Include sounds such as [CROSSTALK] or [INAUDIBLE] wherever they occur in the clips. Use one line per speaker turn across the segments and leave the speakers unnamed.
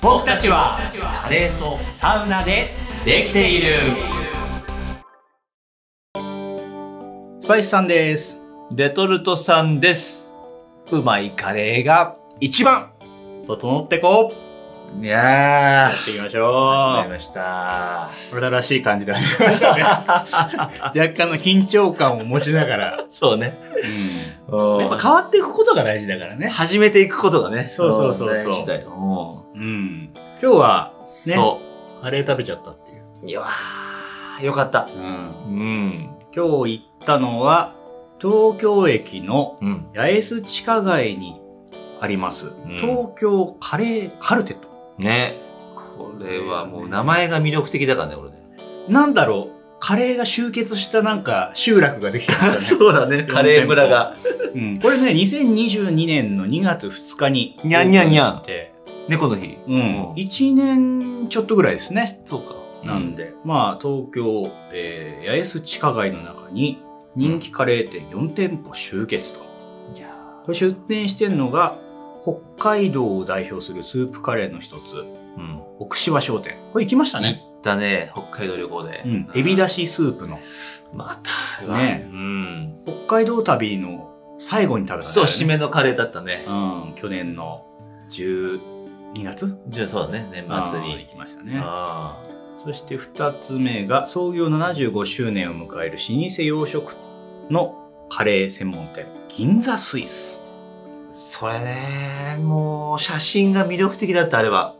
僕たちはカレーと
サウナで
できている
スパイスさんです
レトルトさんです。うまいカレーが一番
整ってこう
いや
や
ー。
っていきまし
あ
ょ
りました。
う俺らしい感じで始めましたね [LAUGHS] 若干の緊張感を持ちながら、
そうね。うん
やっぱ変わっていくことが大事だからね
始めていくことがね。
そうそうそうそう
大事だよ。
う
うん
ん今日はね
そ
カレー食べちゃったっていう、
う。いやー、よかった。
うん、
うん。
今日行ったのは東京駅の
うん。
八重洲地下街にあります、
ん
東京カレーカルテット
ね。これはもう名前が魅力的だからね、俺ね。
なんだろうカレーが集結したなんか集落ができたん [LAUGHS] だね、
そうだね。 [LAUGHS] カレー村が。
うん、これね2022年の2月2日に
にゃんにゃんにゃん
オープンして
猫の日。
うん、1年ちょっとぐらいですね、
そうか。
なんでまあ東京、えー八重洲地下街の中に人気カレー店4店舗集結と、
いや
これ出店してるのが北海道を代表するスープカレーの一つ
ーうん。
奥芝商店これ行きました
行
ね、
ったね、北海道旅行で。
うん、エビだしスープの
またあれは
ね
うん。
北海道旅の最後に食べた、ね、
そう、締めのカレーだったね。
うん去年の12月
じゃあそうだね、年末
あー
に
行。きましたね
あ
そして2つ目が創業75周年を迎える老舗洋食のカレー専門店銀座スイス、
ーそれね、もう写真が魅力的だった、あれは。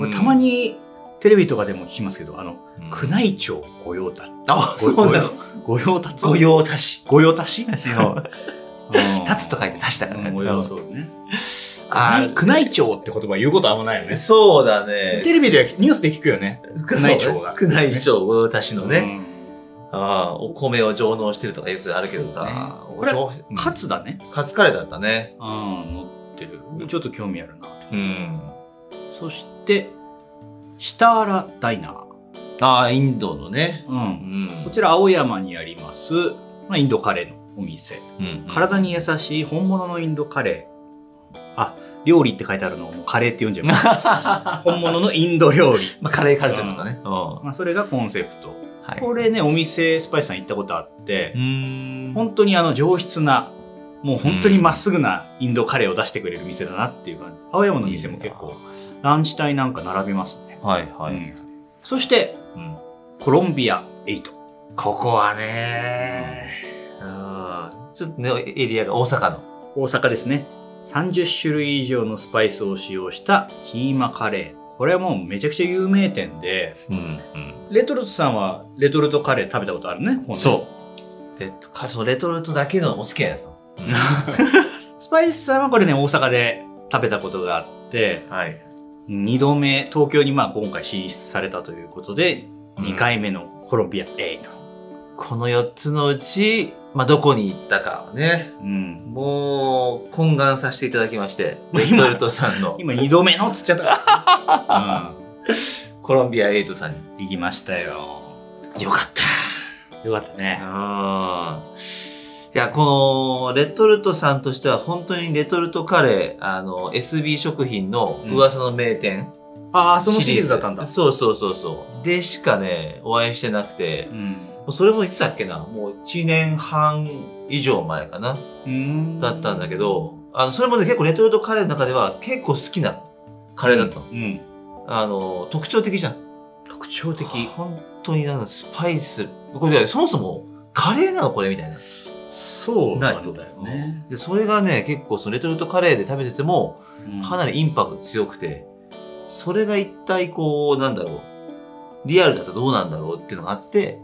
これたまにテレビとかでも聞きますけどあの
うん
宮内庁御用達
あ、
ご
[LAUGHS] そうなの。
御用達
御用達。
御用達 [LAUGHS]
私
う
の、
ん
立つと書いて達だからね。
うん御用そうね
あ
宮宮内庁って言葉言うことあんまないよね
そうだね。
テレビではニュースで聞くよね
そう
宮内庁が
宮内庁、御用達の
う
ね。
ん
あーお米を上納してるとかよくあるけどさ。
そうね
お上うん
カツだね
カツカレーだったね。
うん乗ってるちょっと興味あるなと
うん。
そして下原ダイナー
ああ、インドのね。
う、
うんん
こちら青山にあります、まあ、インドカレーのお店
うん
体に優しい本物のインドカレーあ料理って書いてあるのをもうカレーって読んじゃい [LAUGHS] ます本物のインド料理、
まあ、カレーカルテとかね。うん。
まあ、それがコンセプト
はい
これねお店スパイスさん行ったことあって
う、ん。
本当にあの上質なもう本当にまっすぐなインドカレーを出してくれる店だなっていう感じ青山の店も結構ランチ帯なんか並びますね、
はいは
うんそして
うん
コロンビア8
ここはね、うん、ちょっとね、エリアが大阪の。
大阪ですね30種類以上のスパイスを使用したキーマカレーこれはもうめちゃくちゃ有名店で
うん、
レトルトさんはレトルトカレー食べたことあるね
そう。レトかそのレトルトだけのお付き合いだと。
うスパイスさんはこれね大阪で食べたことがあって
はい。
2度目東京にまあ今回進出されたということで
うん
2回目のコロンビア8、
この4つのうち、まあ、どこに行ったかはね、
うん、
もう、懇願させていただきまして、
まあ
レ
今
トルトさんの、
今2度目のっつっちゃったから、
コロンビアエイトさんに。
うん、行きましたよ
よかった。
よかったね
うん。いや、この、レトルトさんとしては、本当にレトルトカレー、あの、SB 食品の噂の名店。
ああそのシリーズだったんだ
そうそうそうそう。でしかね、お会いしてなくて
う、ん
もうそれもいつだっけな、もう1年半以上前かな、
うん
だったんだけど、あの、それもね、結構レトルトカレーの中では結構好きなカレーだったの。
うん
あの、特徴的じゃん。
特徴的
本当になんかスパイス。これ、そもそもカレーなのこれみたいな。
そうなんだよね、
で、それがね、結構そのレトルトカレーで食べてても、かな
り
りインパクト強くて、それが一体こう、なんだろう、リアルだとどうなんだろうっていうのがあって、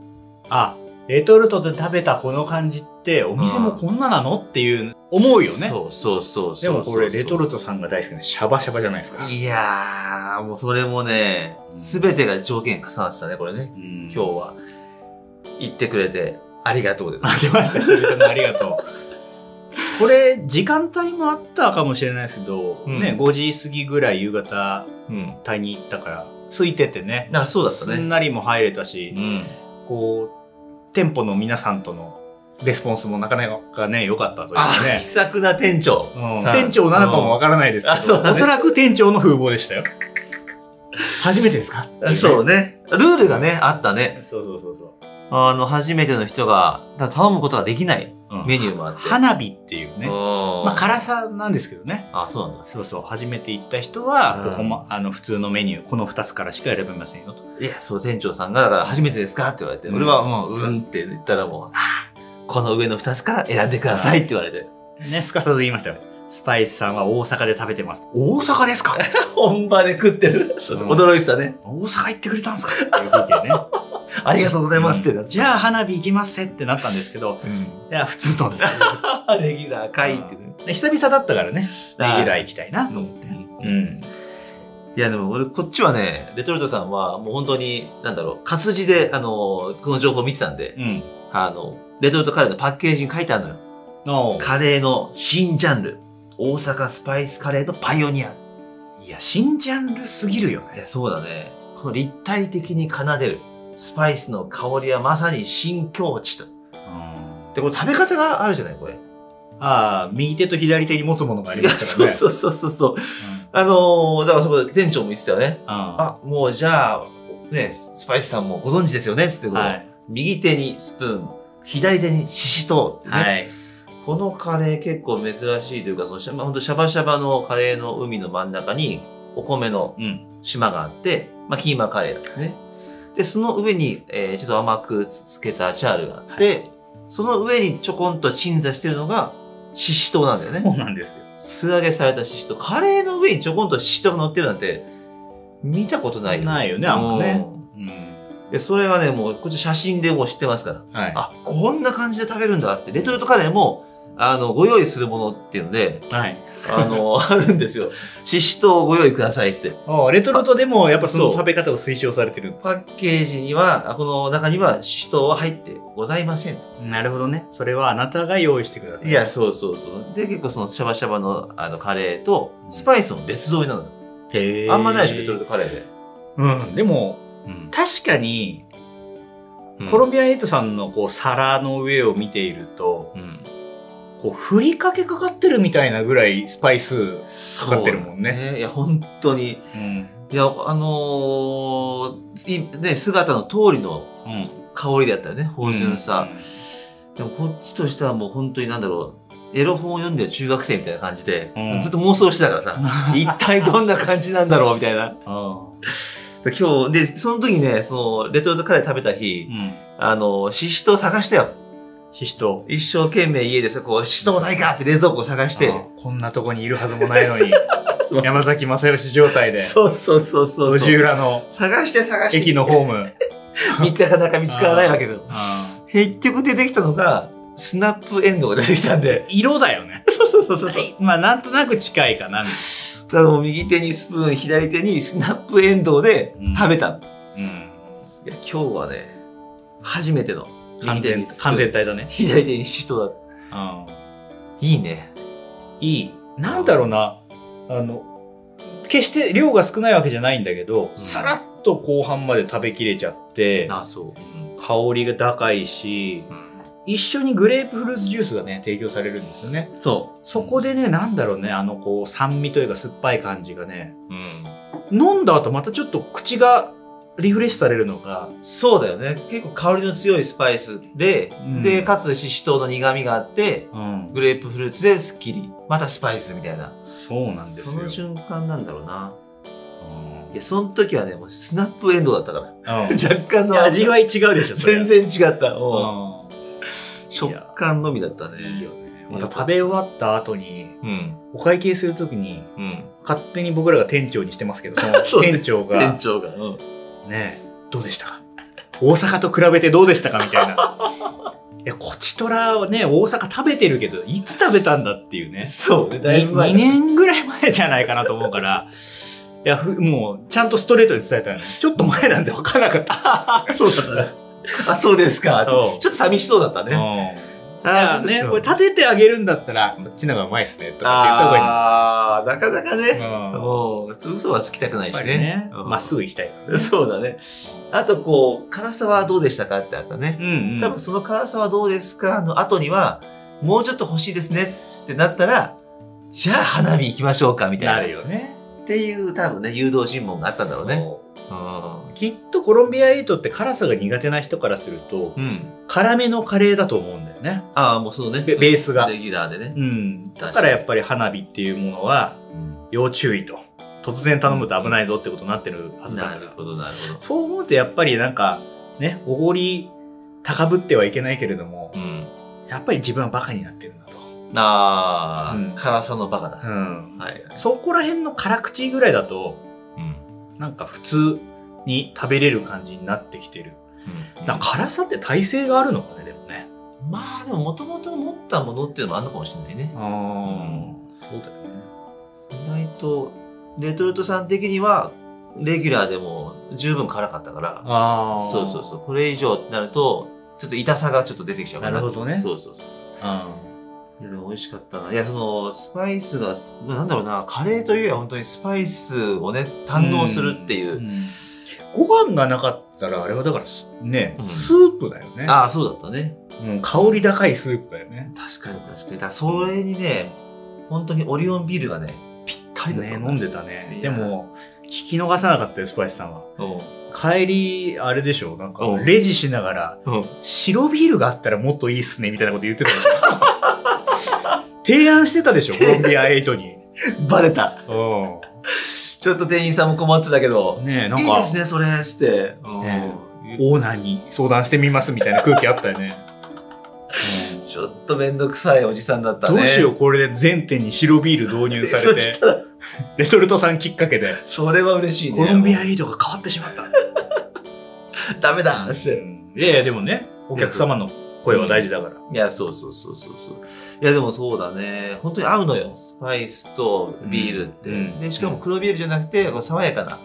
あレトルトで食べたこの感じってお店もこんななのっていう思うよね
そうそうそう
で
そうそう
もこれレトルトさんが大好きなシャバシャバじゃないですか
いやー、もうそれもね、すべてが条件重なってたね、これね。
今
今日は、行ってくれて、ありがとうです。
出ました久々のありがとうこれ時間帯もあったかもしれないですけど、
うん
ね5時過ぎぐらい夕方
うん。
帯に行ったから空いててね
あ、そうだった
すん
ね。
なりも入れたし
う、ん。
こう店舗の皆さんとのレスポンスもなかなかね良かったという
あ、
かね
気さくな店長。
うん
さん
店長なのかもわからないですけど、
あそうだね
おそらく店長の風貌でしたよ。初めてですか
そうね。ルールがね、あったね。
そうそうそうそ、
あの、初めての人が、だから頼むことができないう
うん
メニューもあって。
花火っていうね、まあ、
ま
辛さなんですけどね
あ、あ、そうなんだ。
そうそう初めて行った人は
うん
ここもあの普通のメニューこの2つからしか選べませんよと
いや、そう、店長さんが、だから、初めてですかって言われて、
うん
俺はもう、うんって言ったらもう、あこの上の2つから選んでくださいって言われて。
ねすかさず言いましたよスパイスさんは大阪で食べてます
大阪ですか本場で食ってる。そう
うん
驚いてたね。
[LAUGHS] 大阪行ってくれたんですかっていう風景ね
ありがとうございますってなって。
じゃあ花火行きますせってなったんですけど
うん。
いや普通ので
[LAUGHS] レギュラーかいってね。
で久々だったからねレギュラ
ー
ー行きたいなと思ってうん、
いやでも俺こっちはね、レトルトさんはもう本当に、なんだろう、活字で、あの、この情報見てたんで、
うん、
あの、レトルトカレーのパッケージに書いてあるのよ。
の
カレーの新ジャンル、大阪スパイスカレーのパイオニア。
いや新ジャンルすぎるよ
いや
ね
そうだね。この立体的に奏でる、スパイスの香りはまさに新境地と。
うん
で、これ食べ方があるじゃない、これ。
ああ右手と左手に持つものがあり
い
ま
や、
すか
そ
ら
う
ね
そうそうそうそう。
うん
あのーだからそこで店長も言ってたよね。
あ
あ、もうじゃあ、ね、スパイスさんもご存知ですよね、つってこう
はい。
右手にスプーン、左手にシシトウ、ね
はい。
このカレー結構珍しいというか、そのしゃまあ、ほんとシャバシャバのカレーの海の真ん中にお米の
うん。
島があって、まあ、キーマカレーだったね。で、その上に、えーちょっと甘くつけたチャールがあって、その上にちょこんと鎮座してるのが、シシトウなんだよ
そ
ね。
うなんですよ。
素揚げされたシシトウ。カレーの上にちょこんとシシトウが乗ってるなんて、見たことないよ
ないよねあんまね
う
うん。
で、それはね、もう、こっち写真でもう知ってますから。
はい。
あこんな感じで食べるんだってレトルトカレーもあのご用意するものっていうので
はい。
あ
[LAUGHS]
のあるんですよししとうをご用意くださいって
ああ、レトルトでもやっぱそ
そ
の
う
食べ方を推奨されてる。
パッケージにはあこの中にはししとうは入ってございませんと
なるほどね。それはあなたが用意してください。
い。やそうそうそうで結構そのシャバシャバのあのカレーとスパイスも別添えなのよ
へ
あんまないでしょレトルトカレーで、
うん。でも、確かに、コロンビアエイトさんのこう皿の上を見ていると、
うん
こうふりかけかかってるみたいなぐらいスパイス。
そう
かかってるもんね
いや本当に
うん。
いやあのーいね姿の通りの
うん。
香りだったよね芳醇さ、でもこっちとしてはもう本当になんだろう、エロ本を読んでる中学生みたいな感じで、
うん
ずっと妄想してたから
[LAUGHS]
さ、一体どんな感じなんだろうみたい
う
な。
ん。
今日、で、その時ね、その、レトルトカレー食べた日
う、ん。
あの、シシトウ探したよ。
シシトウ。
一生懸命家でさ、こう、シシトウないかって冷蔵庫を探し
あ
て。
あこんなとこにいるはずもない [LAUGHS] のに
そう、
山崎正義状態で、
そうそうそうそう
路地
そう。
裏の
探して探して。
駅のホーム。
見たなかなか見つからないわけだよ。
ああ
結局出てきたのが、スナップエンドウが出てきたんで。
色だよね。
[LAUGHS] そうそうそうそう。
まあ、なんとなく近いかな。
だからもう右手にスプーン、左手にスナップエンドウで食べたの、
うん。
いや、今日はね、初めての
完
右手
全
に、スプーン
完全体だね。
左手にシトだった。
うん。
いいね。
いい。なんだろうな。あの、決して量が少ないわけじゃないんだけど、さらっと後半まで食べきれちゃって、
あ、そう。
香りが高いし、一緒にグレープフルーツジュースがね、提供されるんですよね。
そ
そこでね、なんだろうね、あのこう、酸味というか酸っぱい感じがね
う、。うん。
飲んだ後またちょっと口がリフレッシュされるのが、
そうだよね。結構香りの強いスパイスで、
うん
で、かつシシトウの苦味があって、
うん。
グレープフルーツでスッキリ。またスパイスみたいな。
そうなんです
その
よ。
瞬間なんだろう
う
な。
ん
いや、その時はね、もうスナップエンドウだったか
う
ら。
ん
若干の
味わい違うでしょ、それ
全。然違った。
う
うん
ん
食感のみだったね。
いいよね。また食べ終わった後に、
うん。
お会計するときに、
うん。
勝手に僕らが店長にしてますけど、そ
[LAUGHS] そう
の
ね
店長
店
が、
長が。うん。
ね、どうでしたか大阪と比べてどうでしたかみたい
[LAUGHS]
な。いや、こちとらはね、大阪食べてるけど、いつ食べたんだっていうね。
そうね、だい
2
ぶ前だ。
年ぐらい前じゃないかなと思うから、いや、ふもう、ちゃんとストレートに伝えたのに、ちょっと前なんで分からなかった。
[LAUGHS] そうだったね。あ、そうですか。ち
そ
ょ
う
っと寂しそうだった
うん
ね。
いやね、これ立ててあげるんだったら、こっちの方がうまいっすね、とか
ああー、なかなか
って言った方が
ね。
いい。うん
もう、嘘はつきたくな
や
い
っぱ
し
り
ね
ね。、
うん
まっすぐ行きたい。
そうだね。あと、こう、辛さはどうでしたかってあったね。
ん
多分、その辛さはどうですかの後には、もうちょっと欲しいですねってなったら、じゃあ花火行きましょうかみたいな。
よね。
っていう、多分ね、誘導尋問があったんだろうね。
そう
あ
きっとコロンビア8って辛さが苦手な人からすると
ーうん。
辛めのカレーだと思うんだよね
ああ、もうそのね。
ベベースが
レギュラーでね。
うんだからやっぱり花火っていうものは
うん
要注意と突然頼むと危ないぞってことになってるはずだ
な
か
る
ら
ほど、なるほど。
そう思うとやっぱりなんかねおごり高ぶってはいけないけれども
うん。
やっぱり自分はバカになってるなと、
ああ、
うん
辛さのバカだ。
うん、
はいはい。
そこら辺の辛口ぐらいだと
うん。
なんか普通に食べれる感じになってきてる
うん
なんか辛さって耐性があるのかねでもね
まあでももともと持ったものっていうのもあるのかもしれないね。
ああそうだよね
意外とレトルトさん的にはレギュラーでも十分辛かったから
あ
そうそうそうこれ以上ってなるとちょっと痛さがちょっと出てきちゃうかな
なるほどね
そうそうそういやでも美味しかったないやそのスパイスがまあなんだろうなカレーというよりは本当にスパイスをね堪能するっていう、
んご飯がなかったらあれはだからすね、
うん
スープだよね、
ああそうだったね
うん、香り高いスープだよね
確かに確かにだからそれにね本当にオリオンビールがねぴったりだっ
ね
た
飲んでたね
い
で
や
も聞き逃さなかったよスパイスさんは
うん
帰りあれでしょなんか
うん
レジしながら
うん
白ビールがあったらもっといいっすねみたいなこと言ってたでしょ [LAUGHS] 提案してたでしょコロンビア8に
バレた
う
ちょっと店員さんも困ってたけど
んねえなんか
いいですねそれっつって、うん
ねオーナーに相談してみますみたいな空気あったよね、
ちょっとめんどくさいおじさんだった
ど
ね
うしようこれで全店に白ビール導入 [LAUGHS] され
[LAUGHS] そ
て
したら
レトルトさんきっかけで
それは嬉しいね
コロンビアエイドが変わってしまった
ダメだっつって
いやいやでもねお客様の声は大事だから、
いやそうそうそうそうそういやでもそうだね本当に合うのよスパイスとビールって、
うんうん
でしかも黒ビールじゃなくてこう爽やかな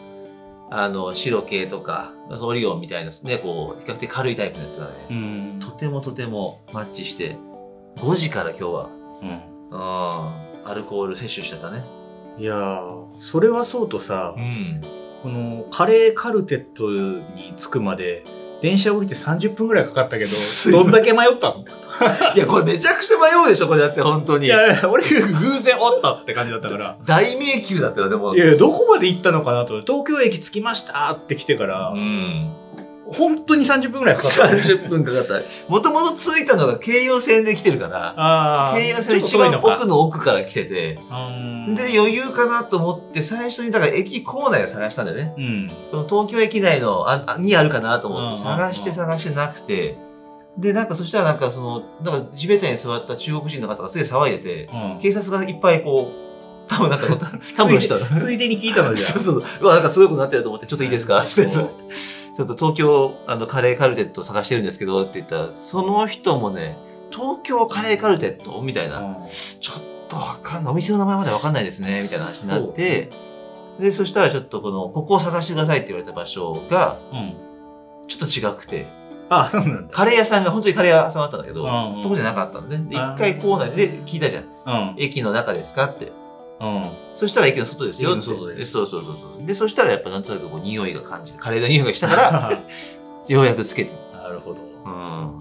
あの白系とかそうオリオンみたいなねこう比較的軽いタイプのやつがね、
うん
とてもとてもマッチして5時から今日はうんアルコール摂取しちゃったね
いやーそれはそうとさ、
ん
このカレーカルテットに着くまで電車降りて30分ぐらいかかったけ
す
ど
ご
ど
い
んだけ迷ったの
いやこれめちゃくちゃ迷うでしょこれだって本当
い
に
やいや俺偶然おったって感じだったから
大迷宮だったらでも
いやいやどこまで行ったのかなと東京駅着きましたって来てから、
うん
本当に30分ぐらいかかった
30分かかった。もともと着いたのが京葉線で来てるから、
あ
京葉線の一番奥の奥から来てて、
で
で、余裕かなと思って、最初にだから駅構内を探したんだよね。
うん
その東京駅内のああにあるかなと思っ
う
て、
んうんうん
探して探してなくて、で、なんかそしたらなんかその、なんか地べたに座った中国人の方がすげえ騒いでて、
うん
警察がいっぱいこう、多分なんか、多分したら。
[LAUGHS] ついでに聞いたのじゃ
そうそうそう。うわ、なんかすごいことになってると思って、ちょっといいですかみたいな。ちょっと東京あのカレーカルテット探してるんですけどって言ったら、その人もね、東京カレーカルテットみたいな、ちょっとわかんない、お店の名前までわかんないですね、みたいな話になって、で、そしたらちょっとこの、ここを探してくださいって言われた場所が、
うん
ちょっと違くて、
あそうなんだ
カレー屋さんが、本当にカレー屋さんだったんだけど
うんうん、
そこじゃなかったんで、で
あー
一回校内で聞いたじゃん。
うん
駅の中ですかって。
うん
そしたら駅の外ですよって。
駅の外です
そうそうそうそう。で、そしたらやっぱなんとなくこう匂いが感じて、カレーの匂いがしたから、ようやくつけて。
[LAUGHS] なるほど、
う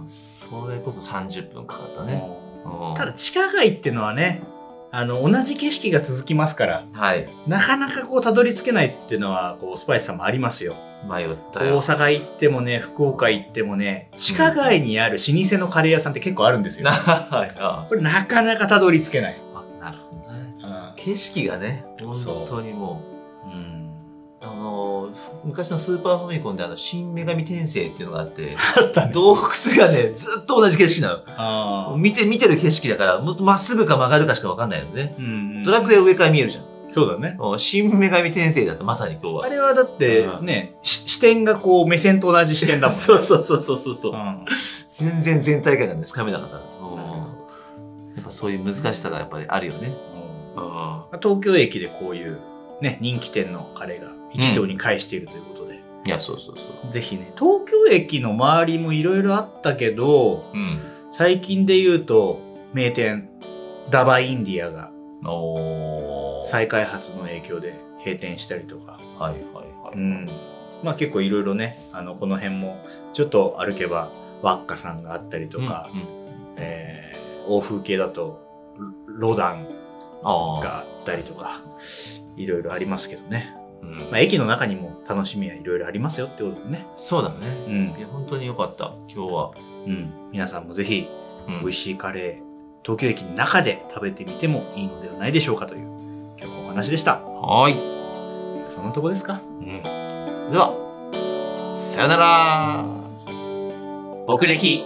ん。それこそ30分かかったね。うん
ただ地下街ってのはねあの同じ景色が続きますから
はい。
なかなかこうたどり着けないっていうのはこうスパイスさんもありますよ
迷った
大
よ。
阪行ってもね福岡行ってもね地下街にある老舗のカレー屋さんって結構あるんですよ
な、 [LAUGHS] はい。あ
これなかなかたどり着けない、
あなるほどね。
うん
景色がね、
そう
本当にもう。あのー昔のスーパーファミコンであの新女神転生っていうのがあって
あったん
洞窟がねずっと同じ景色な
あ
の見て見てる景色だからもっとまっすぐか曲がるかしかわかんないのね
ーうん
ドラクエ上から見えるじゃん
そうだね。
もう新女神転生だったまさに今日は
あれはだって
うん
ね、し視点がこう目線と同じ視点だもんね。
[LAUGHS] そうそうそうそうそうそううん全然全体感がねつかめなかった
ほ
やっぱそういう難しさがやっぱりあるよね
東京駅でこういうね、人気店のカレーが一堂に会しているということで、
いやそうそうそう
ぜひね、東京駅の周りもいろいろあったけど、
うん
最近で言うと名店、ダバインディアが
おー
再開発の影響で閉店したりとか、
はいはいはい、
うん、まあ結構いろいろねあのこの辺もちょっと歩けばワッカさんがあったりとか、
うんうん
えー欧風系だとロロダン
あー
があったりとかいろいろありますけどね、
うん
まあ、駅の中にも楽しみはいろいろありますよってことでね。
そうだね
う。ん
い。や、本当によかった、今日は。
うん。皆さんもぜひ、
うん
美味しいカレー、東京駅の中で食べてみてもいいのではないでしょうかという、今日のお話でした。
はーい。
そんなとこですか
うん、では、さよなら。
僕歴。